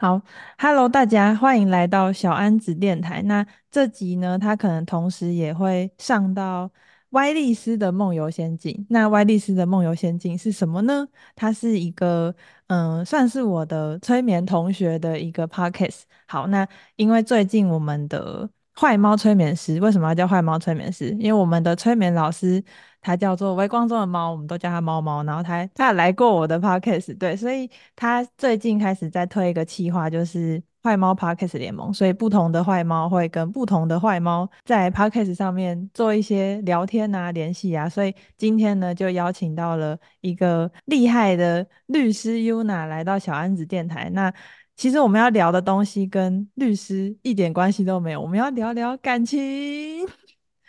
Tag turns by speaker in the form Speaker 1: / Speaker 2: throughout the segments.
Speaker 1: 好，Hello，大家欢迎来到小安子电台。那这集呢，它可能同时也会上到歪丽丝的梦游仙境。那歪丽丝的梦游仙境是什么呢？它是一个，嗯，算是我的催眠同学的一个 podcast。好，那因为最近我们的坏猫催眠师，为什么要叫坏猫催眠师？因为我们的催眠老师他叫做微光中的猫，我们都叫他猫猫。然后他他也来过我的 podcast，对，所以他最近开始在推一个企划，就是坏猫 podcast 联盟。所以不同的坏猫会跟不同的坏猫在 podcast 上面做一些聊天啊、联系啊。所以今天呢，就邀请到了一个厉害的律师 Yuna 来到小安子电台。那其实我们要聊的东西跟律师一点关系都没有，我们要聊聊感情。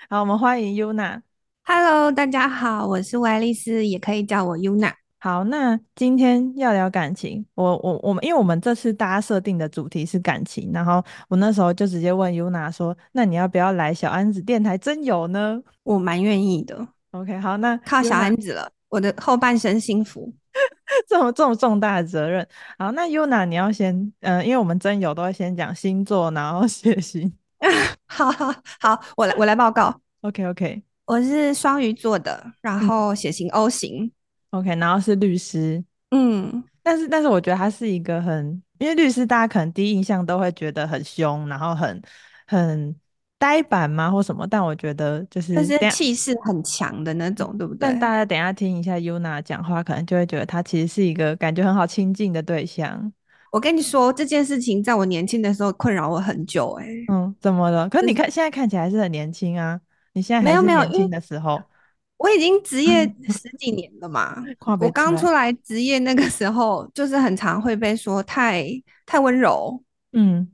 Speaker 1: 好，我们欢迎 Yuna。
Speaker 2: Hello，大家好，我是歪丽丝，也可以叫我 Yuna。
Speaker 1: 好，那今天要聊感情，我我我们，因为我们这次大家设定的主题是感情，然后我那时候就直接问 Yuna 说，那你要不要来小安子电台真友呢
Speaker 2: 我蛮愿意的，
Speaker 1: ？OK，好，那
Speaker 2: 靠小
Speaker 1: Yuna
Speaker 2: 安子了，我的后半生幸福。
Speaker 1: 这么这么重大的责任，好，那 Yuna 你要先，嗯、因为我们真友都会先讲星座，然后 血型
Speaker 2: 好好好，我来我来报告，
Speaker 1: ，OK OK，
Speaker 2: 我是双鱼座的，然
Speaker 1: 嗯
Speaker 2: 后血型 O 型。
Speaker 1: ，OK，然后是律师，
Speaker 2: 嗯，
Speaker 1: 但是，但是我觉得他是一个很，因为律师大家可能第一印象都会觉得很凶，然后很很呆板嘛或什么，但我觉得就
Speaker 2: 就是是
Speaker 1: 等下，
Speaker 2: 气势很强的那种，对不
Speaker 1: 但大
Speaker 2: 嗯
Speaker 1: 家
Speaker 2: 啊对？
Speaker 1: 等一下听一下 Yuna 讲话，可能就会觉得他其实是一个感觉很好亲近的对象。
Speaker 2: 我跟你说，这件事情在我年轻的时候困扰我很久、欸，哎，
Speaker 1: 嗯，怎么了？可是
Speaker 2: 就
Speaker 1: 你
Speaker 2: 是
Speaker 1: 看现在看起来还是很年轻啊，你现在
Speaker 2: 没
Speaker 1: 还
Speaker 2: 有
Speaker 1: 是
Speaker 2: 没有，
Speaker 1: 年
Speaker 2: 因
Speaker 1: 轻
Speaker 2: 为
Speaker 1: 的时候，
Speaker 2: 我已经职业十几年了嘛，
Speaker 1: 跨
Speaker 2: 我
Speaker 1: 北出
Speaker 2: 刚出
Speaker 1: 来。
Speaker 2: 来职业那个时候，就是很常会被说太太温柔，
Speaker 1: 嗯，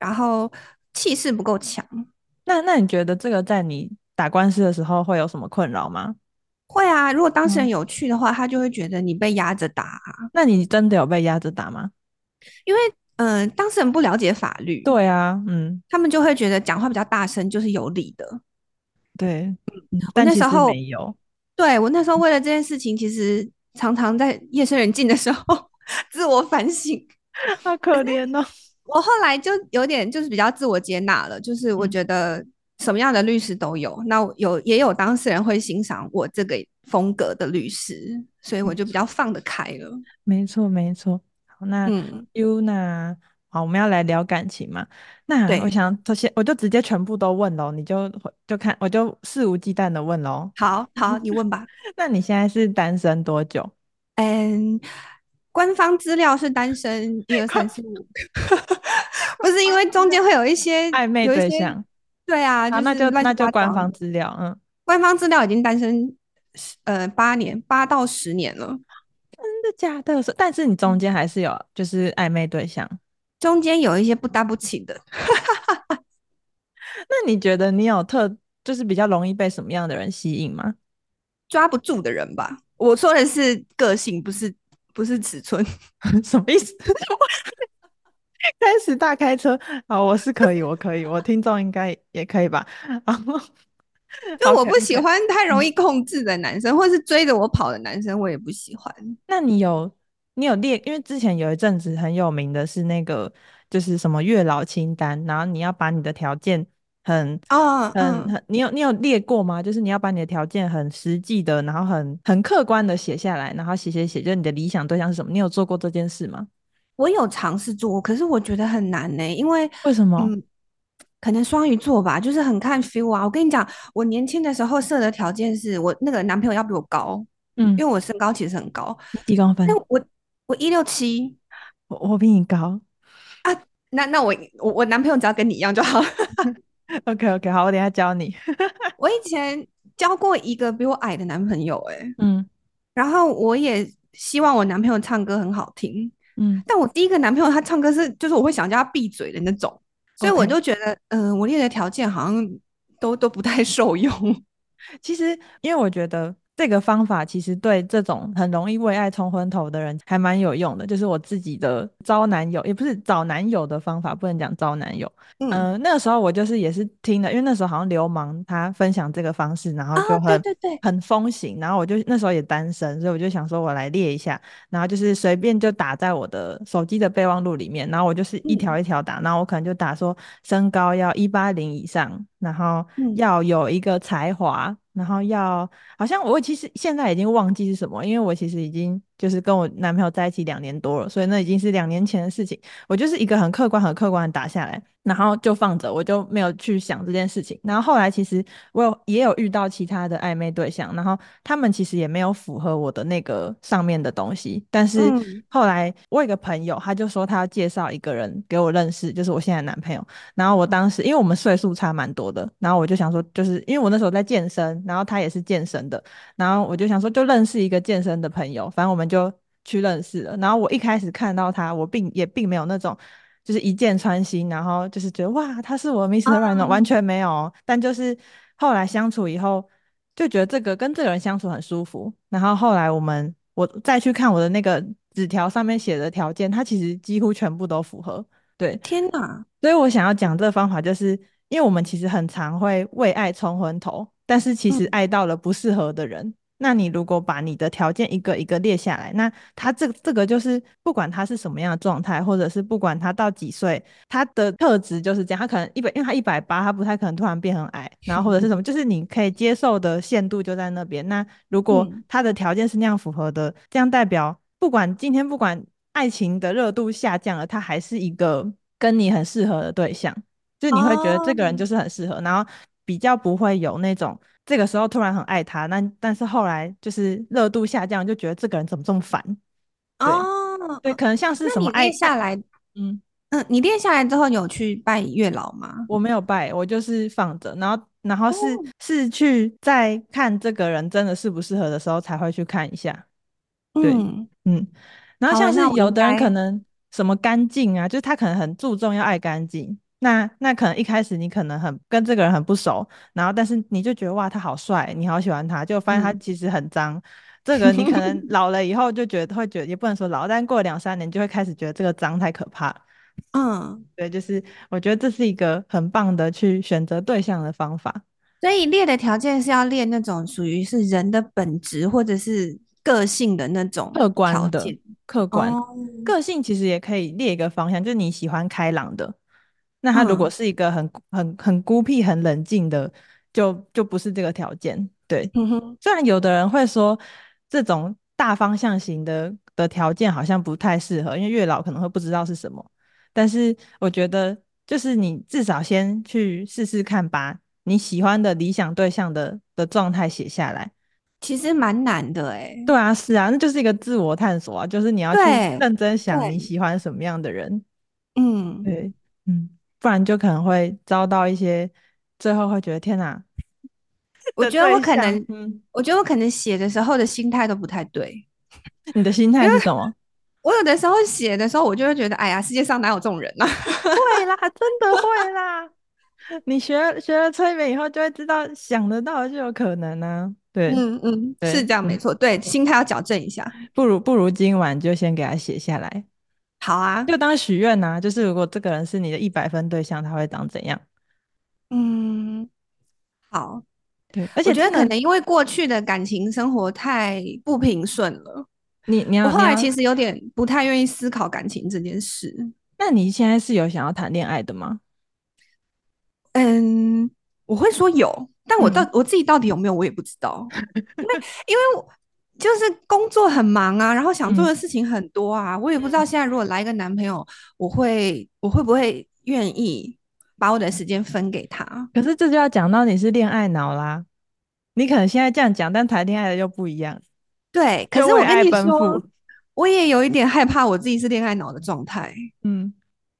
Speaker 2: 然后气势不够强。
Speaker 1: 那那你觉得这个在你打官司的时候会有什么困扰吗？
Speaker 2: 会啊，如果当事
Speaker 1: 嗯，
Speaker 2: 人有趣的话，他就会觉得你被压着打啊，
Speaker 1: 那你真的有被压着打吗？
Speaker 2: 因为嗯、呃当事人不了解法律，
Speaker 1: 对啊，嗯。
Speaker 2: 他们就会觉得讲话比较大声就是有理的。
Speaker 1: 对，嗯，
Speaker 2: 我
Speaker 1: 但
Speaker 2: 那
Speaker 1: 其
Speaker 2: 时
Speaker 1: 实
Speaker 2: 候，
Speaker 1: 没有。
Speaker 2: 对，我那时候为了这件事情，其实常常在夜深人静的时候 自我反省。
Speaker 1: 好可怜哦。
Speaker 2: 我后来就有点就是比较自我接纳了，就是我
Speaker 1: 嗯
Speaker 2: 觉得什么样的律师都有，那我有也有当事人会欣赏我这个风格的律师，所以我
Speaker 1: 没
Speaker 2: 就比较放得开了。
Speaker 1: 没错，没错。好，那
Speaker 2: 嗯，
Speaker 1: Yuna，好，我们要来聊感情嘛？那我
Speaker 2: 对，
Speaker 1: 想，首先我就直接全部都问喽，你就就看，我就肆无忌惮的问喽。
Speaker 2: 好好，你问吧。
Speaker 1: 那你现在是单身多久？
Speaker 2: 嗯，官方资料是单身一二
Speaker 1: 快，
Speaker 2: 三四五，不是因为中间会有一些
Speaker 1: 暧昧
Speaker 2: 有一
Speaker 1: 对
Speaker 2: 些，
Speaker 1: 象。
Speaker 2: 对啊，
Speaker 1: 好，
Speaker 2: 就
Speaker 1: 那
Speaker 2: 是
Speaker 1: 就
Speaker 2: 乱
Speaker 1: 那
Speaker 2: 七
Speaker 1: 就
Speaker 2: 八
Speaker 1: 官
Speaker 2: 糟
Speaker 1: 方
Speaker 2: 的。
Speaker 1: 资料。嗯，
Speaker 2: 官方资料已经单身十呃八年八到十年了。
Speaker 1: 真的假的？所但是你中间还是有就是暧昧对象。
Speaker 2: 中间有一些不搭不起的，
Speaker 1: 那你觉得你有特，就是比较容易被什么样的人吸引吗？
Speaker 2: 抓不住的人吧。我说的是个性，不是不是尺寸。
Speaker 1: 什么意思？开始大开车，好，我是可以，我可以，我听众应该也可以吧？ 然后，
Speaker 2: 就
Speaker 1: 好，
Speaker 2: 我
Speaker 1: 可
Speaker 2: 不
Speaker 1: 以，
Speaker 2: 喜
Speaker 1: 可以，
Speaker 2: 欢太容
Speaker 1: 嗯，
Speaker 2: 易控制的男生，或是追着我跑的男生，我也不喜欢。
Speaker 1: 那你有你有列，因为之前有一阵子很有名的是那个，就是什么月老清单，然后你要把你的条件很
Speaker 2: 哦，
Speaker 1: 很
Speaker 2: 嗯，
Speaker 1: 很，你有你有列过吗？就是你要把你的条件很实际的，然后很很客观的写下来，然后写写写，就是你的理想对象是什么？你有做过这件事吗？
Speaker 2: 我有尝试做，可是我觉得很难呢、因为，
Speaker 1: 为什么？
Speaker 2: 嗯，可能双鱼座吧，就是很看 feel 啊。我跟你讲，我年轻的时候设的条件是我那个男朋友要比我高，
Speaker 1: 嗯，
Speaker 2: 因为我身高其实很高，
Speaker 1: 你几公
Speaker 2: 但
Speaker 1: 分？
Speaker 2: 我我一六七
Speaker 1: 我我比你高。
Speaker 2: 啊，那那我我我男朋友只要跟你一样就好。
Speaker 1: OK OK，好，我等一下教你。
Speaker 2: 我以前交过一个比我矮的男朋友、欸，哎，
Speaker 1: 嗯
Speaker 2: 然后我也希望我男朋友唱歌很好听，
Speaker 1: 嗯
Speaker 2: 但我第一个男朋友他唱歌是，就是我会想叫他闭嘴的那种，所以我
Speaker 1: ，OK。
Speaker 2: 就觉得，嗯、我列的条件好像都都不太受用。
Speaker 1: 其实，因为我觉得这个方法其实对这种很容易为爱冲昏头的人还蛮有用的，就是我自己的招男友，也不是找男友的方法，不能讲招男友。
Speaker 2: 嗯，
Speaker 1: 嗯、那个时候我就是也是听了，因为那时候好像流氓他分享这个方式，然后
Speaker 2: 啊，
Speaker 1: 就
Speaker 2: 对
Speaker 1: 很
Speaker 2: 对对，
Speaker 1: 很风行，然后我就那时候也单身，所以我就想说我来列一下，然后就是随便就打在我的手机的备忘录里面，然后我就是一条
Speaker 2: 嗯
Speaker 1: 一条打，然后我可能就打说身高要一八零以上，然后
Speaker 2: 嗯
Speaker 1: 要有一个才华，然后要好像我其实现在已经忘记是什么，因为我其实已经就是跟我男朋友在一起两年多了，所以那已经是两年前的事情。我就是一个很客观、很客观的打下来，然后就放着，我就没有去想这件事情。然后后来其实我有也有遇到其他的暧昧对象，然后他们其实也没有符合我的那个上面的东西。但是
Speaker 2: 嗯
Speaker 1: 后来我有一个朋友，他就说他要介绍一个人给我认识，就是我现在的男朋友。然后我当时因为我们岁数差蛮多的，然后我就想说，就是因为我那时候在健身，然后他也是健身的，然后我就想说，就认识一个健身的朋友，反正我们就去认识了。然后我一开始看到他，我并也并没有那种就是一箭穿心，然后就是觉得哇，他是我的 Mr.
Speaker 2: 啊，
Speaker 1: Right 呢，完全没有哦。但就是后来相处以后，就觉得这个跟这个人相处很舒服。然后后来我们我再去看我的那个纸条上面写的条件，他其实几乎全部都符合。对，
Speaker 2: 天哪，
Speaker 1: 所以我想要讲这个方法，就是因为我们其实很常会为爱冲昏头，但是其实
Speaker 2: 嗯
Speaker 1: 爱到了不适合的人。那你如果把你的条件一个一个列下来，那他这这个就是不管他是什么样的状态，或者是不管他到几岁，他的特质就是这样。他可能一百，因为他一百八，他不太可能突然变很矮，然后或者是什么，就是你可以接受的限度就在那边。那如果
Speaker 2: 嗯
Speaker 1: 他的条件是那样符合的，这样代表不管今天不管爱情的热度下降了，他还是一个跟你很适合的对象，就是你会觉得这
Speaker 2: 哦，
Speaker 1: 个人就是很适合，然后比较不会有那种这个时候突然很爱他，那但是后来就是热度下降，就觉得这个人怎么这么烦？对
Speaker 2: 哦，
Speaker 1: 对，可能像是
Speaker 2: 那
Speaker 1: 什么
Speaker 2: 你
Speaker 1: 爱
Speaker 2: 列
Speaker 1: 爱，
Speaker 2: 下来，
Speaker 1: 嗯，
Speaker 2: 嗯，你列下来之后，你有去拜月老吗？
Speaker 1: 我没有拜，我就是放着，然后然后
Speaker 2: 哦，
Speaker 1: 是是去在看这个人真的适不适合的时候才会去看一下。对，
Speaker 2: 嗯，
Speaker 1: 嗯，然后
Speaker 2: 好了，
Speaker 1: 像
Speaker 2: 那
Speaker 1: 是
Speaker 2: 我
Speaker 1: 有
Speaker 2: 应
Speaker 1: 的人可
Speaker 2: 该，
Speaker 1: 能什么干净啊，就是他可能很注重要爱干净，那那可能一开始你可能很跟这个人很不熟，然后但是你就觉得哇他好帅，你好喜欢他，就发现他
Speaker 2: 嗯，
Speaker 1: 其实很脏。这个你可 能老了以后就觉得会觉得，也不能说老，但过了两三年就会开始觉得这个脏太可怕了。
Speaker 2: 嗯，
Speaker 1: 对，就是我觉得这是一个很棒的去选择对象的方法。
Speaker 2: 所以列的条件是要列那种属于是人的本质或者是个性的那种
Speaker 1: 客观
Speaker 2: 条
Speaker 1: 的，
Speaker 2: 件。
Speaker 1: 客观，
Speaker 2: 哦，
Speaker 1: 个性其实也可以列一个方向，就是你喜欢开朗的，那他如果
Speaker 2: 嗯
Speaker 1: 是一个很很很孤僻、很冷静的，就就不是这个条件。对，
Speaker 2: 哼嗯哼，
Speaker 1: 虽然有的人会说这种大方向型的的条件好像不太适合，因为月老可能会不知道是什么，但是我觉得就是你至少先去试试看，把你喜欢的理想对象的的状态写下来。
Speaker 2: 其实蛮难的欸诶。
Speaker 1: 对啊，是啊，那就是一个自我探索啊，就是你要去
Speaker 2: 对
Speaker 1: 认真想你
Speaker 2: 对，
Speaker 1: 喜欢什么样的人，
Speaker 2: 嗯，
Speaker 1: 对，嗯，不然就可能会遭到一些，最后会觉得天哪
Speaker 2: 我
Speaker 1: 的
Speaker 2: 觉得我
Speaker 1: 对
Speaker 2: 可
Speaker 1: 象，
Speaker 2: 能，
Speaker 1: 嗯，
Speaker 2: 我觉得我可能写的时候的心态都不太对，
Speaker 1: 你的心
Speaker 2: 因
Speaker 1: 态
Speaker 2: 为
Speaker 1: 是什么？
Speaker 2: 我有的时候写的时候，我就会觉得，哎呀，世界上哪有这种人啊？
Speaker 1: 会啦，真的会啦， 你学学了催眠以后就会知道，想得到就有可能啊，对
Speaker 2: 嗯嗯，是
Speaker 1: 对，
Speaker 2: 这样没
Speaker 1: 嗯，
Speaker 2: 错，对，心态要矫正一下。
Speaker 1: 不如不如今晚就先给他写下来，
Speaker 2: 好啊，
Speaker 1: 就当许愿呐，就是如果这个人是你的一百分对象，他会长怎样？
Speaker 2: 嗯，好，
Speaker 1: 对，而
Speaker 2: 我
Speaker 1: 且
Speaker 2: 觉得
Speaker 1: 真
Speaker 2: 可
Speaker 1: 的，
Speaker 2: 能因为过去的感情生活太不平顺了，
Speaker 1: 你你
Speaker 2: 我
Speaker 1: 要
Speaker 2: 后
Speaker 1: 你
Speaker 2: 来
Speaker 1: 要。
Speaker 2: 其实有点不太愿意思考感情这件事。
Speaker 1: 那你现在是有想要谈恋爱的吗？
Speaker 2: 嗯，我会说有，但我到
Speaker 1: 嗯，
Speaker 2: 我自己到底有没有，我也不知道，因为因为我就是工作很忙啊，然后想做
Speaker 1: 嗯
Speaker 2: 的事情很多啊，我也不知道
Speaker 1: 嗯
Speaker 2: 现在如果来一个男朋友，我会我会不会愿意把我的时间分给他？
Speaker 1: 可是这就要讲到你是恋爱脑啦。你可能现在这样讲，但谈恋爱的又不一样，
Speaker 2: 对，可
Speaker 1: 就是为
Speaker 2: 我跟
Speaker 1: 爱
Speaker 2: 你
Speaker 1: 奔赴。
Speaker 2: 说，我也有一点害怕我自己是恋爱脑的状态，
Speaker 1: 嗯，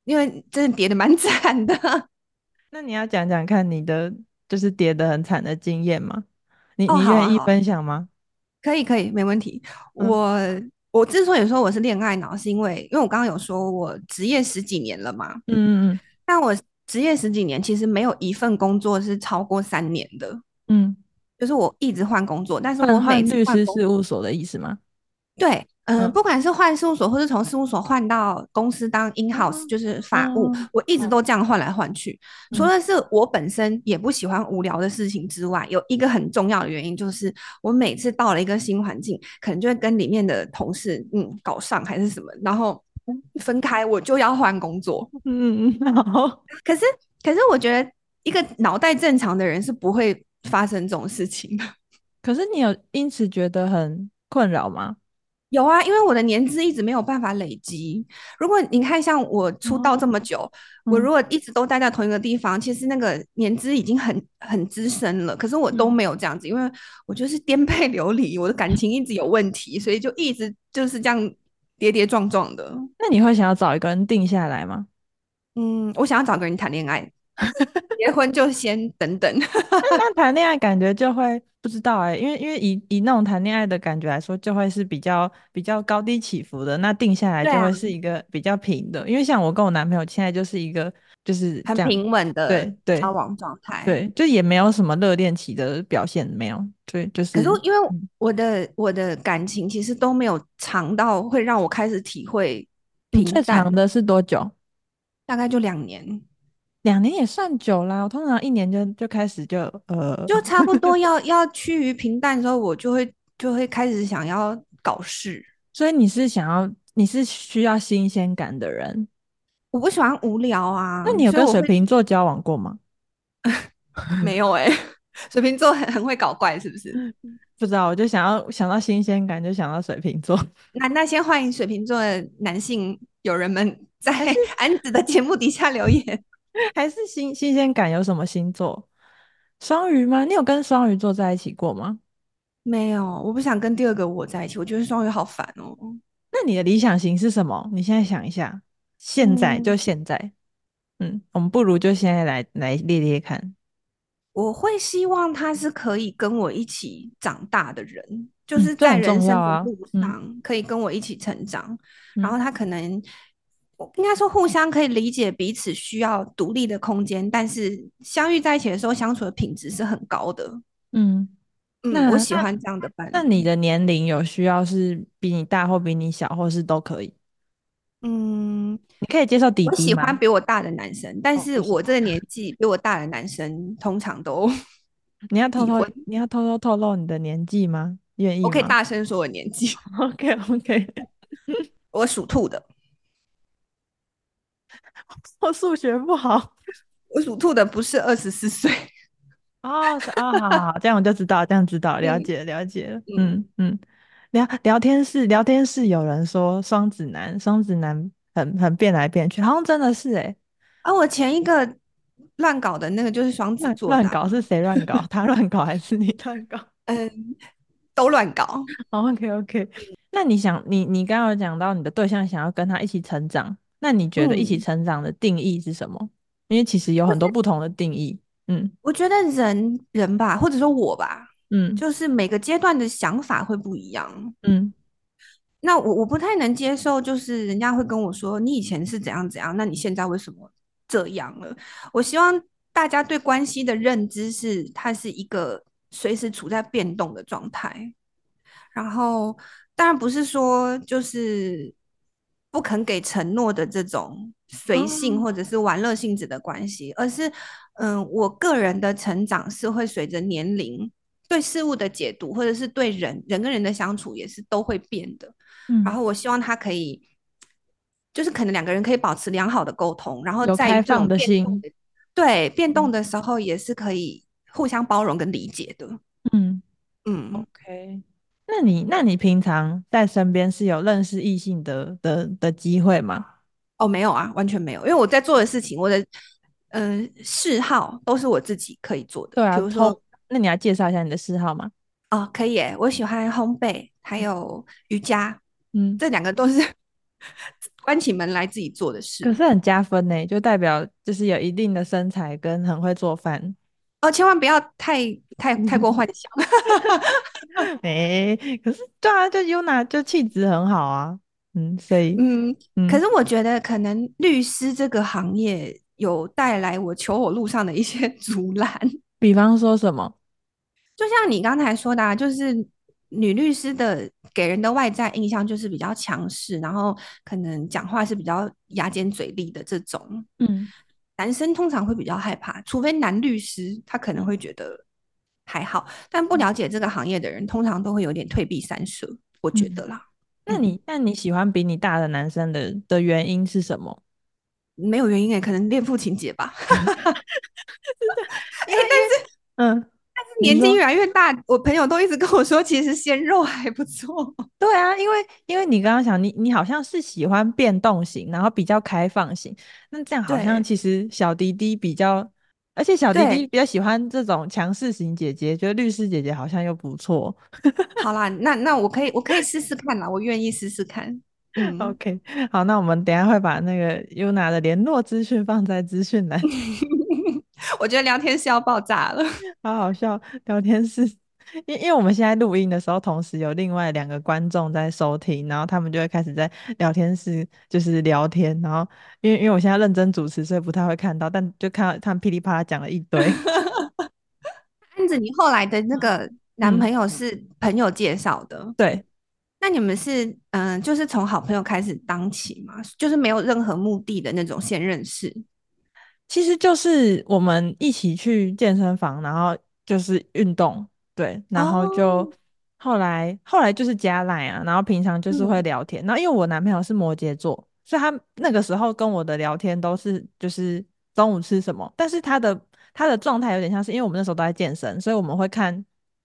Speaker 2: 因为真的跌得蛮 惨的。
Speaker 1: 那你要讲讲看你的就是跌得很惨的经验吗？你
Speaker 2: 哦，
Speaker 1: 你
Speaker 2: 好啊，
Speaker 1: 愿意
Speaker 2: 好啊。
Speaker 1: 分享吗？
Speaker 2: 可以可以，没问题。
Speaker 1: 嗯
Speaker 2: 我我之所以说我是恋爱脑，是因为因为我刚刚有说我职业十几年了嘛，
Speaker 1: 嗯
Speaker 2: 但我职业十几年其实没有一份工作是超过三年的。
Speaker 1: 嗯
Speaker 2: 就是我一直换工作，但是我
Speaker 1: 换
Speaker 2: 每
Speaker 1: 换
Speaker 2: 次
Speaker 1: 律
Speaker 2: 换
Speaker 1: 师
Speaker 2: 工
Speaker 1: 事务所的意思吗？
Speaker 2: 对，嗯、
Speaker 1: 嗯
Speaker 2: 不管是换事务所，或是从事务所换到公司当 in house，
Speaker 1: 哦
Speaker 2: 就是法务，
Speaker 1: 哦
Speaker 2: 我一直
Speaker 1: 哦
Speaker 2: 都这样换来换去。除
Speaker 1: 嗯
Speaker 2: 了是我本身也不喜欢无聊的事情之外，有一个很重要的原因就是，我每次到了一个新环境，可能就会跟里面的同事嗯搞上还是什么，然后分开，我就要换工作。
Speaker 1: 嗯，嗯 好，
Speaker 2: 可是，可是我觉得一个脑袋正常的人是不会发生这种事情的。
Speaker 1: 可是你有因此觉得很困扰吗？
Speaker 2: 有啊，因为我的年资一直没有办法累积。如果你看，像我出道这
Speaker 1: 哦，
Speaker 2: 么久，我如
Speaker 1: 嗯
Speaker 2: 果一直都待在同一个地方，其实那个年资已经很很资深了。可是我都
Speaker 1: 嗯，
Speaker 2: 没有这样子，因为我就是颠沛流离，我的感情一直有问题，所以就一直就是这样跌跌撞撞的。
Speaker 1: 那你会想要找一个人定下来吗？
Speaker 2: 嗯，我想要找个人谈恋 爱，结婚就先等等。
Speaker 1: 那谈恋爱感觉就会不知道哎、因为因为以以那种谈恋爱的感觉来说，就会是比较比较高低起伏的，那定下来
Speaker 2: 对
Speaker 1: 就
Speaker 2: 啊，
Speaker 1: 会是一个比较平的。因为像我跟我男朋友现在就是一个就是
Speaker 2: 很
Speaker 1: 这样，
Speaker 2: 平稳的
Speaker 1: 对
Speaker 2: 交
Speaker 1: 对
Speaker 2: 往状态。
Speaker 1: 对，就也没有什么热恋期的表现，没有，对，就
Speaker 2: 可是
Speaker 1: 是
Speaker 2: 因为
Speaker 1: 嗯
Speaker 2: 我的我的感情其实都没有长到会让我开始体会
Speaker 1: 你
Speaker 2: 平
Speaker 1: 最
Speaker 2: 淡，
Speaker 1: 长的是多久？
Speaker 2: 大概就两年，
Speaker 1: 两年也算久啦，我通常一年就就开始就呃，
Speaker 2: 就差不多要要趋于平淡的时候，我就会就会开始想要搞事。
Speaker 1: 所以你是想要你是需要新鲜感的人，
Speaker 2: 我不喜欢无聊
Speaker 1: 那
Speaker 2: 啊，
Speaker 1: 你有
Speaker 2: 所以
Speaker 1: 跟
Speaker 2: 我
Speaker 1: 水
Speaker 2: 会
Speaker 1: 瓶座交往过吗？
Speaker 2: 没有哎、水瓶座很很会搞怪，是不是？
Speaker 1: 不知道，我就想要想到新鲜感，就想到水瓶座。
Speaker 2: 那那先欢迎水瓶座的男性友人们在
Speaker 1: 还是
Speaker 2: 安子的节目底下留言。
Speaker 1: 还是新新鲜感有什么星座？双鱼吗？你有跟双鱼座在一起过吗？
Speaker 2: 没有，我不想跟第二个我在一起，我觉得双鱼好烦哦。
Speaker 1: 那你的理想型是什么？你现在想一下，现在就
Speaker 2: 嗯。
Speaker 1: 现在，嗯，我们不如就现在来来列列看。
Speaker 2: 我会希望他是可以跟我一起长大的人，就
Speaker 1: 嗯，
Speaker 2: 是
Speaker 1: 这
Speaker 2: 在
Speaker 1: 很
Speaker 2: 人
Speaker 1: 重
Speaker 2: 生
Speaker 1: 要
Speaker 2: 的
Speaker 1: 啊。
Speaker 2: 路
Speaker 1: 嗯
Speaker 2: 上可以跟我一起成长，
Speaker 1: 嗯
Speaker 2: 然后他可能，我应该说互相可以理解彼此需要独立的空间，但是相遇在一起的时候相处的品质是很高的。
Speaker 1: 嗯，
Speaker 2: 嗯，我
Speaker 1: 那
Speaker 2: 喜
Speaker 1: 那
Speaker 2: 欢这样的伴
Speaker 1: 那你
Speaker 2: 侣。
Speaker 1: 的年龄有需要是比你大或比你小，或是都可以？
Speaker 2: 嗯，
Speaker 1: 你可以接受弟
Speaker 2: 我
Speaker 1: 弟
Speaker 2: 喜欢
Speaker 1: 吗？
Speaker 2: 比我大的男生，但
Speaker 1: 哦，
Speaker 2: 是
Speaker 1: 不
Speaker 2: 我
Speaker 1: 行。
Speaker 2: 这个年纪比我大的男生通常都
Speaker 1: 你要偷
Speaker 2: 已
Speaker 1: 偷，
Speaker 2: 婚。
Speaker 1: 你要偷偷透露你的年纪吗？愿
Speaker 2: 我
Speaker 1: 意
Speaker 2: 可以
Speaker 1: 吗
Speaker 2: 大声说我年纪，
Speaker 1: o k o k
Speaker 2: 我属兔的。
Speaker 1: 我数学不好。
Speaker 2: 我属兔的不是二十四岁，
Speaker 1: 哦，是啊、好好好，这样我就知道，这样知道，了
Speaker 2: 嗯
Speaker 1: 解了解了。
Speaker 2: 嗯，
Speaker 1: 嗯嗯，聊聊天室聊天室有人说双子男，双子男很很变来变去，好像真的是欸诶、
Speaker 2: 啊，我前一个乱搞的那个就是双子
Speaker 1: 乱
Speaker 2: 座的
Speaker 1: 乱
Speaker 2: 啊，
Speaker 1: 搞是谁乱 搞？他乱搞还是你乱搞？
Speaker 2: 嗯，都乱搞，
Speaker 1: 哦，OK OK，那
Speaker 2: 嗯
Speaker 1: 你想，你你刚刚有讲到你的对象想要跟他一起成长，那你觉得一起
Speaker 2: 嗯，
Speaker 1: 成长的定义是什么？因为其实有
Speaker 2: 就
Speaker 1: 很多
Speaker 2: 是
Speaker 1: 不同的定义。嗯
Speaker 2: 我觉得人人吧，或者说我吧，
Speaker 1: 嗯
Speaker 2: 就是每个阶段的想法会不一样。
Speaker 1: 嗯
Speaker 2: 那我我不太能接受，就是人家会跟我说你以前是怎样怎样，那你现在为什么这样了？我希望大家对关系的认知是，它是一个随时处在变动的状态。然后当然不是说就是不肯给承诺的这种随性
Speaker 1: 哦
Speaker 2: 或者是玩乐性质的关系，而是嗯，我个人的成长是会随着年龄对事物的解读，或者是对人人跟人的相处也是都会变的。
Speaker 1: 嗯，
Speaker 2: 然后我希望他可以，就是可能两个人可以保持良好的沟通，然后
Speaker 1: 有
Speaker 2: 在于
Speaker 1: 开
Speaker 2: 这
Speaker 1: 放
Speaker 2: 种
Speaker 1: 的
Speaker 2: 变动
Speaker 1: 心。
Speaker 2: 的，对，变
Speaker 1: 嗯
Speaker 2: 动的时候也是可以互相包容跟理解的。
Speaker 1: 嗯
Speaker 2: 嗯。
Speaker 1: ，OK。那你那你平常在身边是有认识异性的的的机会吗？
Speaker 2: 哦，没有啊，完全没有，因为我在做的事情，我的嗯、呃嗜好都是我自己可以做的，
Speaker 1: 对
Speaker 2: 比
Speaker 1: 啊，
Speaker 2: 如说
Speaker 1: 偷，那你要介绍一下你的嗜好吗？
Speaker 2: 啊、可以耶，我喜欢烘焙，还有瑜伽，
Speaker 1: 嗯，
Speaker 2: 这两个都是 关起门来自己做的
Speaker 1: 可
Speaker 2: 事。
Speaker 1: 是很加分呢，就代表就是有一定的身材跟很会做饭。
Speaker 2: 哦，千万不要太太
Speaker 1: 嗯
Speaker 2: 太过幻想。
Speaker 1: 诶，可是对啊，就 Yuna 就气质很好啊，嗯，所以
Speaker 2: 嗯，可
Speaker 1: 嗯，
Speaker 2: 是我觉得可能律师这个行业有带来我求偶路上的一些阻拦。
Speaker 1: 比方说什么？
Speaker 2: 就像你刚才说的、啊，就是女律师的给人的外在印象就是比较强势，然后可能讲话是比较牙尖嘴利的这种。
Speaker 1: 嗯，
Speaker 2: 男生通常会比较害怕，除非男律师，他可能会觉得还好，但不了解这个行业的人，通常都会有点退避三舍，我觉得啦。
Speaker 1: 那
Speaker 2: 嗯
Speaker 1: 你那你喜欢比你大的男生的的原因是什么？
Speaker 2: 没有原因诶、欸可能恋父情节吧。哎、但
Speaker 1: 嗯，
Speaker 2: 是
Speaker 1: 你
Speaker 2: 年纪
Speaker 1: 说
Speaker 2: 越来越大，我朋友都一直跟我说，其实鲜肉还不错。
Speaker 1: 对啊，因为因为你刚刚想，你你好像是喜欢变动型，然后比较开放型，那这样好像
Speaker 2: 对
Speaker 1: 其实小迪迪比较，而且小迪迪
Speaker 2: 对，
Speaker 1: 比较喜欢这种强势型姐姐，觉得律师姐姐好像又不错。
Speaker 2: 好啦，那那我可以我可以试试看啦，我愿意试试看。嗯，
Speaker 1: OK，好，那我们等一下会把那个 Yuna 的联络资讯放在资讯栏，
Speaker 2: 我觉得聊天是要爆炸了。
Speaker 1: 好好笑，聊天室。因因为我们现在录音的时候，同时有另外两个观众在收听，然后他们就会开始在聊天室就是聊天，然后因为因为我现在认真主持，所以不太会看到，但就看到他们噼里啪啦讲了一堆。
Speaker 2: 案子，你后来的那个男
Speaker 1: 嗯，
Speaker 2: 朋友是朋友介绍的，
Speaker 1: 对，
Speaker 2: 那你们是嗯、呃就是从好朋友开始当起吗？就是没有任何目的的那种先认识？
Speaker 1: 其实就是我们一起去健身房，然后就是运动，对，然后就
Speaker 2: 哦，
Speaker 1: 后来后来就是加 line 啊，然后平常就是会
Speaker 2: 嗯，
Speaker 1: 聊天。然后因为我男朋友是摩羯座，所以他那个时候跟我的聊天都是就是中午吃什么，但是他的他的状态有点像是，因为我们那时候都在健身，所以我们会看。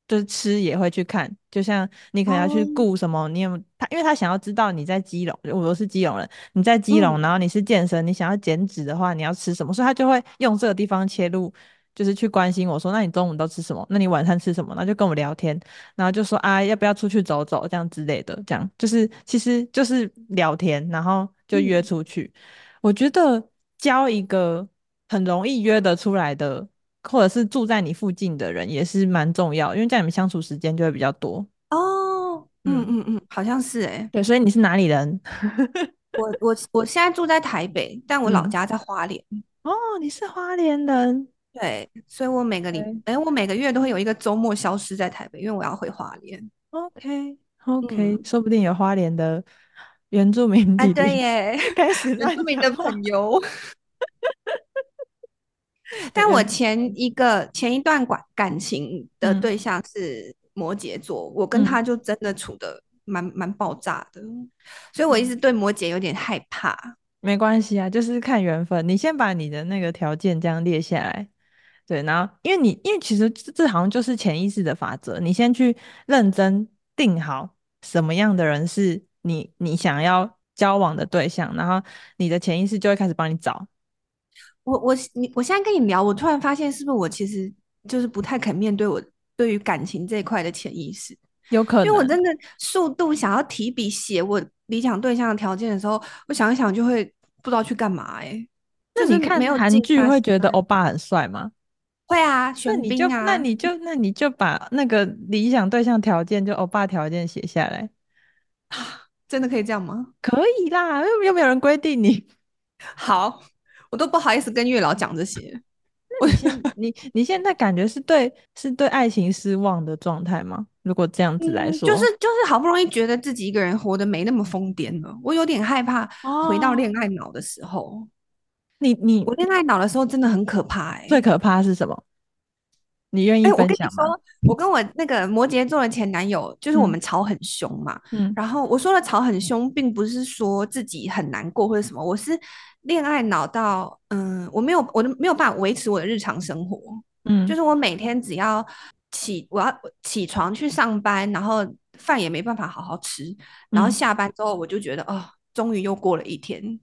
Speaker 1: 就是吃也会去看，就像你可能要去
Speaker 2: 哦，
Speaker 1: 顾什么，你有他，因为他想要知道你在基隆，我都是基隆人，你在基隆，然
Speaker 2: 嗯，
Speaker 1: 后你是健身，你想要减脂的话，你要吃什么？所以他就会用这个地方切入，就是去关心我说，那你中午都吃什么？那你晚餐吃什么？然后就跟我聊天，然后就说啊，要不要出去走走这样之类的，这样就是其实就是聊天，然后就约
Speaker 2: 嗯，
Speaker 1: 出去。我觉得交一个很容易约得出来的，或者是住在你附近的人也是蛮重要，因为这样你们相处时间就会比较多。
Speaker 2: 哦，嗯
Speaker 1: 嗯，
Speaker 2: 嗯嗯，好像是诶、
Speaker 1: 对，所以你是哪里人？
Speaker 2: 我我我现在住在台北，但我老
Speaker 1: 嗯，
Speaker 2: 家在花莲。
Speaker 1: 哦，你是花莲人。
Speaker 2: 对，所以我每个礼，
Speaker 1: 对
Speaker 2: 哎，我每个月都会有一个周末消失在台北，因为我要回花莲。
Speaker 1: o k o k
Speaker 2: 嗯，
Speaker 1: 说不定有花莲的原住民
Speaker 2: 啊，
Speaker 1: 弟
Speaker 2: 对
Speaker 1: 弟
Speaker 2: 耶，
Speaker 1: 开始
Speaker 2: 原住
Speaker 1: 乱
Speaker 2: 民
Speaker 1: 讲
Speaker 2: 的
Speaker 1: 话。
Speaker 2: 朋 友。但我
Speaker 1: 对，
Speaker 2: 前一个前一段感感情的
Speaker 1: 嗯
Speaker 2: 对象是摩羯座，我跟
Speaker 1: 嗯
Speaker 2: 他就真的处的蛮蛮爆炸的，所以我一
Speaker 1: 嗯，
Speaker 2: 直对摩羯有点害怕。
Speaker 1: 没关系啊，就是看缘分。你先把你的那个条件这样列下来，对，然后因为你因为其实这这好像就是潜意识的法则，你先去认真定好什么样的人是你你想要交往的对象，然后你的潜意识就会开始帮你找。
Speaker 2: 我我你我现在跟你聊，我突然发现是不是我其实就是不太肯面对我对于感情这一块的潜意识。
Speaker 1: 有可
Speaker 2: 因为我
Speaker 1: 能，
Speaker 2: 真的速度想要提笔写我理想对象的条件的时候，我想一想就会不知道去干嘛、欸，哎，
Speaker 1: 那
Speaker 2: 就是
Speaker 1: 你看
Speaker 2: 没有
Speaker 1: 韩
Speaker 2: 静
Speaker 1: 剧
Speaker 2: 下
Speaker 1: 会
Speaker 2: 心
Speaker 1: 觉得
Speaker 2: 来。
Speaker 1: 欧巴很帅吗？
Speaker 2: 会啊，
Speaker 1: 那
Speaker 2: 玄
Speaker 1: 你就
Speaker 2: 彬
Speaker 1: 那
Speaker 2: 啊，
Speaker 1: 你就那你就把那个理想对象条件，就欧巴条件写下来，
Speaker 2: 真的可以这样吗？
Speaker 1: 可以啦，又又没有人规定 你。
Speaker 2: 好，我都不好意思跟月老讲这些。
Speaker 1: 那
Speaker 2: 我
Speaker 1: 你现 你你现在感觉是对是对爱情失望的状态吗？如果这样子来
Speaker 2: 嗯，就
Speaker 1: 说，
Speaker 2: 是就是好不容易觉得自己一个人活得没那么疯癫了，我有点害怕回到
Speaker 1: 哦，
Speaker 2: 恋爱脑的时候。
Speaker 1: 你你
Speaker 2: 我恋爱脑的时候真的很可怕哎、
Speaker 1: 最
Speaker 2: 欸。
Speaker 1: 可怕是什么？你愿意
Speaker 2: 哎、我
Speaker 1: 分
Speaker 2: 跟你
Speaker 1: 享
Speaker 2: 说，
Speaker 1: 吗？
Speaker 2: 我跟我那个摩羯座的前男友，就是我
Speaker 1: 嗯
Speaker 2: 们吵很凶嘛。
Speaker 1: 嗯，
Speaker 2: 然后我说的吵很凶，并不是说自己很难过或者什么，我是恋爱脑到，嗯，我没有，我都没有办法维持我的日常生活，就
Speaker 1: 嗯
Speaker 2: 是我每天只要起，我要起床去上班，然后饭也没办法好好吃，然后
Speaker 1: 嗯，
Speaker 2: 下班之后我就觉得，哦，终于又过了一天，
Speaker 1: 因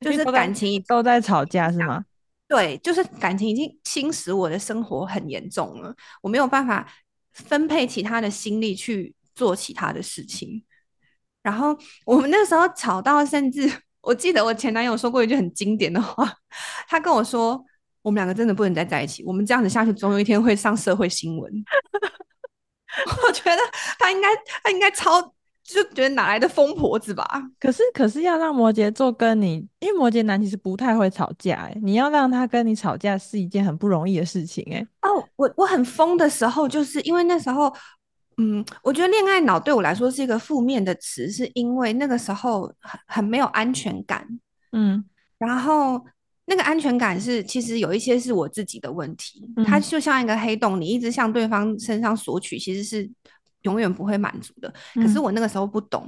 Speaker 2: 就
Speaker 1: 为
Speaker 2: 是
Speaker 1: 都在
Speaker 2: 感情已经
Speaker 1: 都在吵
Speaker 2: 影
Speaker 1: 架是
Speaker 2: 响
Speaker 1: 吗？
Speaker 2: 对，就是感情已经侵蚀我的生活很严重了，我没有办法分配其他的心力去做其他的事情。然后我们那时候吵到，甚至我记得我前男友说过一句很经典的话，他跟我说：“我们两个真的不能再在一起，我们这样子下去，总有一天 会上社会新闻。”我觉得他应该，他应该超。就觉得哪来的疯婆子吧？
Speaker 1: 可是，可是要让摩羯座跟你，因为摩羯男其实不太会吵架、欸，你要让他跟你吵架是一件很不容易的事情、欸，哎，
Speaker 2: 哦，我我很疯的时候，就是因为那时候，嗯，我觉得恋爱脑对我来说是一个负面的词，是因为那个时候很很没有安全感，
Speaker 1: 嗯
Speaker 2: 然后那个安全感是其实有一些是我自己的问题，它
Speaker 1: 嗯
Speaker 2: 就像一个黑洞，你一直向对方身上索取，其实是永远不会满足的。可是
Speaker 1: 嗯
Speaker 2: 我那个时候不懂，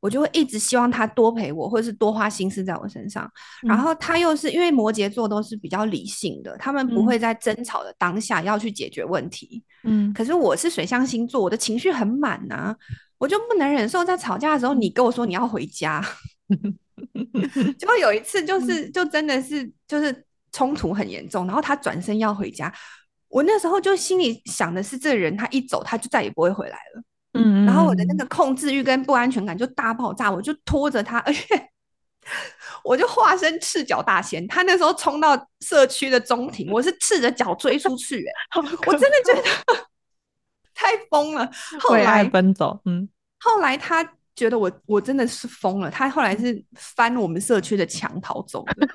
Speaker 2: 我就会一直希望他多陪我，或者是多花心思在我身上。
Speaker 1: 嗯
Speaker 2: 然后他又是因为摩羯座都是比较理性的，他们不
Speaker 1: 嗯
Speaker 2: 会在争吵的当下要去解决问题。
Speaker 1: 嗯
Speaker 2: 可是我是水象星座，我的情绪很满呐、我就不能忍受在吵架的时候你跟我说你要 回家。结果有一次就
Speaker 1: 嗯
Speaker 2: 是就真的是就是冲突很严重，然后他转身要回家，我那时候就心里想的是，这个人他一走他就再也不会回来了，
Speaker 1: 嗯
Speaker 2: 然后我的那
Speaker 1: 嗯
Speaker 2: 个控制欲跟不安全感就大爆炸，我就拖着他，而且我就化身赤脚大仙，他那时候冲到社区的中庭，我是赤着脚追出去、欸，
Speaker 1: 好
Speaker 2: 我
Speaker 1: 可
Speaker 2: 真的觉
Speaker 1: 怕，
Speaker 2: 得 太疯了。后
Speaker 1: 为爱
Speaker 2: 来
Speaker 1: 奔走，嗯
Speaker 2: 后来他觉得我我真的是疯了，他后来
Speaker 1: 嗯
Speaker 2: 是翻我们社区的墙逃走的。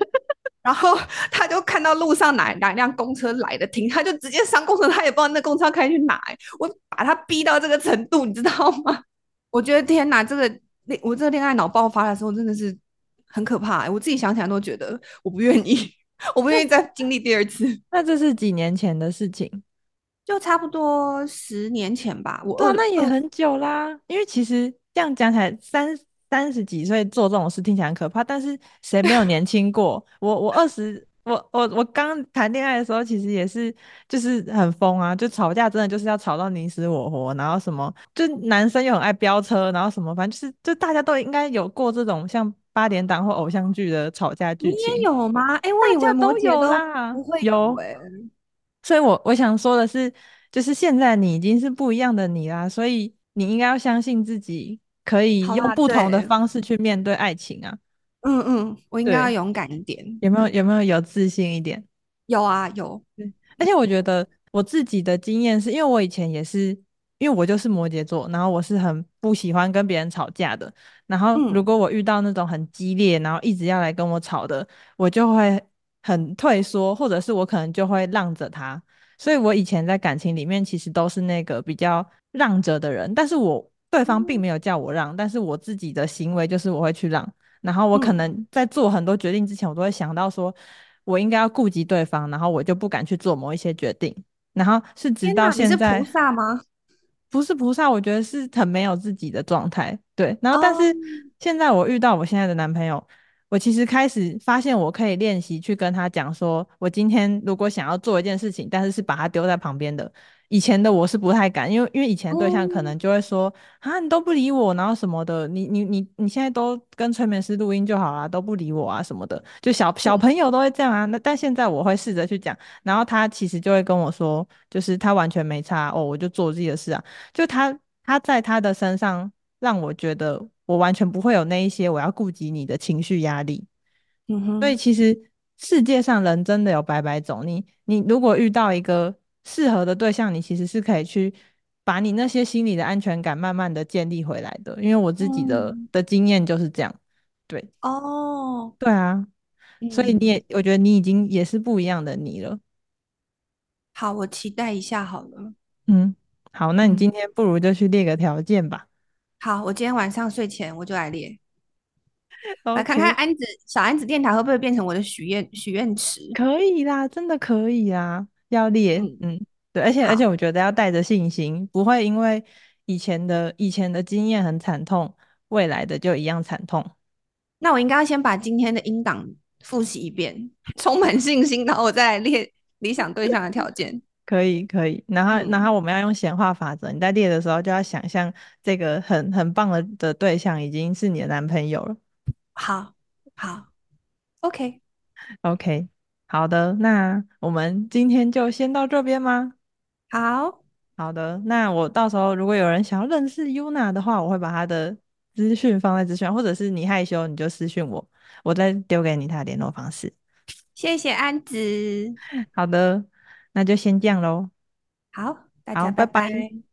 Speaker 2: 然后 他就看到路上哪哪辆公车来的停，他就直接上公车，他也不知道那公车要开去哪、欸。我把他逼到这个程度，你知道吗？ 我觉得天哪，这个恋我这个恋爱脑爆发的时候真的是很可怕欸、我自己想起来都觉得我不愿意， 我不
Speaker 1: 那
Speaker 2: 愿意再经历第二次。
Speaker 1: 那这是几年前的事情，
Speaker 2: 就差不多十年前吧，我
Speaker 1: 对啊，
Speaker 2: 二
Speaker 1: 那也
Speaker 2: 二
Speaker 1: 很久啦。因为其实这样讲起来，三三十几岁做这种事听起来很可怕，但是谁没有年轻过？我我二十，我我我刚谈恋爱的时候，其实也是就是很疯啊，就吵架真的就是要吵到你死我活，然后什么就男生又很爱飙车，然后什么反正就是就大家都应该有过这种像八点档或偶像剧的吵架
Speaker 2: 你
Speaker 1: 剧
Speaker 2: 也
Speaker 1: 情，
Speaker 2: 有吗？哎、我
Speaker 1: 大
Speaker 2: 以为
Speaker 1: 家
Speaker 2: 摩
Speaker 1: 都
Speaker 2: 羯
Speaker 1: 有
Speaker 2: 都
Speaker 1: 啦，
Speaker 2: 不会有
Speaker 1: 有。
Speaker 2: 哎、
Speaker 1: 所以我，我想说的是，就是现在你已经是不一样的你啦，所以你应该要相信自己，可以
Speaker 2: 好
Speaker 1: 用
Speaker 2: 啦，
Speaker 1: 不同的
Speaker 2: 对，
Speaker 1: 方式去面对爱情啊。
Speaker 2: 嗯嗯，我应该要
Speaker 1: 对，
Speaker 2: 勇敢一点。嗯
Speaker 1: 有没有有没有有自信一点？
Speaker 2: 有啊，有，
Speaker 1: 对，而且我觉得我自己的经验是，因为我以前也是，因为我就是摩羯座，然后我是很不喜欢跟别人吵架的。然后如
Speaker 2: 嗯，
Speaker 1: 果我遇到那种很激烈，然后一直要来跟我吵的，我就会很退缩，或者是我可能就会让着他。所以我以前在感情里面其实都是那个比较让着的人，但是我对方并
Speaker 2: 嗯
Speaker 1: 没有叫我让，但是我自己的行为就是我会去让。然后我可
Speaker 2: 嗯
Speaker 1: 能在做很多决定之前，我都会想到说，我应该要顾及对方，然后我就不敢去做某一些决定。然后是直
Speaker 2: 天
Speaker 1: 到
Speaker 2: 哪，你
Speaker 1: 现
Speaker 2: 是菩
Speaker 1: 在，
Speaker 2: 萨吗？
Speaker 1: 不是菩萨，我觉得是很没有自己的状态。对，然后但
Speaker 2: 哦，
Speaker 1: 是现在我遇到我现在的男朋友，我其实开始发现我可以练习去跟他讲说，我今天如果想要做一件事情，但是是把他丢在旁边的。以前的我是不太敢，因为因为以前的对象可
Speaker 2: 嗯，
Speaker 1: 能就会说啊，你都不理我，然后什么的，你你你你现在都跟催眠师录音就好啦，都不理我啊什么的，就小小
Speaker 2: 嗯，
Speaker 1: 朋友都会这样啊。那但现在我会试着去讲，然后他其实就会跟我说，就是他完全没差哦，我就做我自己的事啊。就他他在他的身上让我觉得我完全不会有那一些我要顾及你的情绪压力。
Speaker 2: 嗯
Speaker 1: 所以
Speaker 2: 哼，
Speaker 1: 其实世界上人真的有百百种，你你如果遇到一个适合的对象，你其实是可以去把你那些心理的安全感慢慢的建立回来的。因为我自己的
Speaker 2: 嗯，
Speaker 1: 的经验就是这样，对
Speaker 2: 哦，
Speaker 1: 对啊，所以你
Speaker 2: 嗯，
Speaker 1: 也我觉得你已经也是不一样的你了。
Speaker 2: 好，我期待一下好了。
Speaker 1: 嗯，好，那你
Speaker 2: 嗯，
Speaker 1: 今天不如就去列个条件吧。
Speaker 2: 好，我今天晚上睡前我就来列，来看看
Speaker 1: OK，
Speaker 2: 安子小安子电台会不会变成我的许愿许愿池。
Speaker 1: 可以啦，真的可以啊，要列，
Speaker 2: 嗯，
Speaker 1: 嗯，对，而且而且
Speaker 2: 好，
Speaker 1: 我觉得要带着信心，不会因为以前的以前的经验很惨痛，未来的就一样惨痛。
Speaker 2: 那我应该要先把今天的音档复习一遍，充满信心，然后我再来列理想对象的条件。
Speaker 1: 可以可以，然后然
Speaker 2: 嗯，
Speaker 1: 后我们要用显化法则，你在列的时候就要想象这个很很棒的的对象已经是你的男朋友了。
Speaker 2: 好，好，OK，
Speaker 1: OK，好的，那我们今天就先到这边吗？
Speaker 2: 好，
Speaker 1: 好的，那我到时候如果有人想要认识 Yuna 的话，我会把她的资讯放在资讯栏，或者是你害羞你就私讯我，我再丢给你她的联络方式。
Speaker 2: 谢谢安子，
Speaker 1: 好的，那就先这样喽，
Speaker 2: 好，大
Speaker 1: 好，
Speaker 2: 家
Speaker 1: 拜
Speaker 2: 拜
Speaker 1: 拜。
Speaker 2: 拜。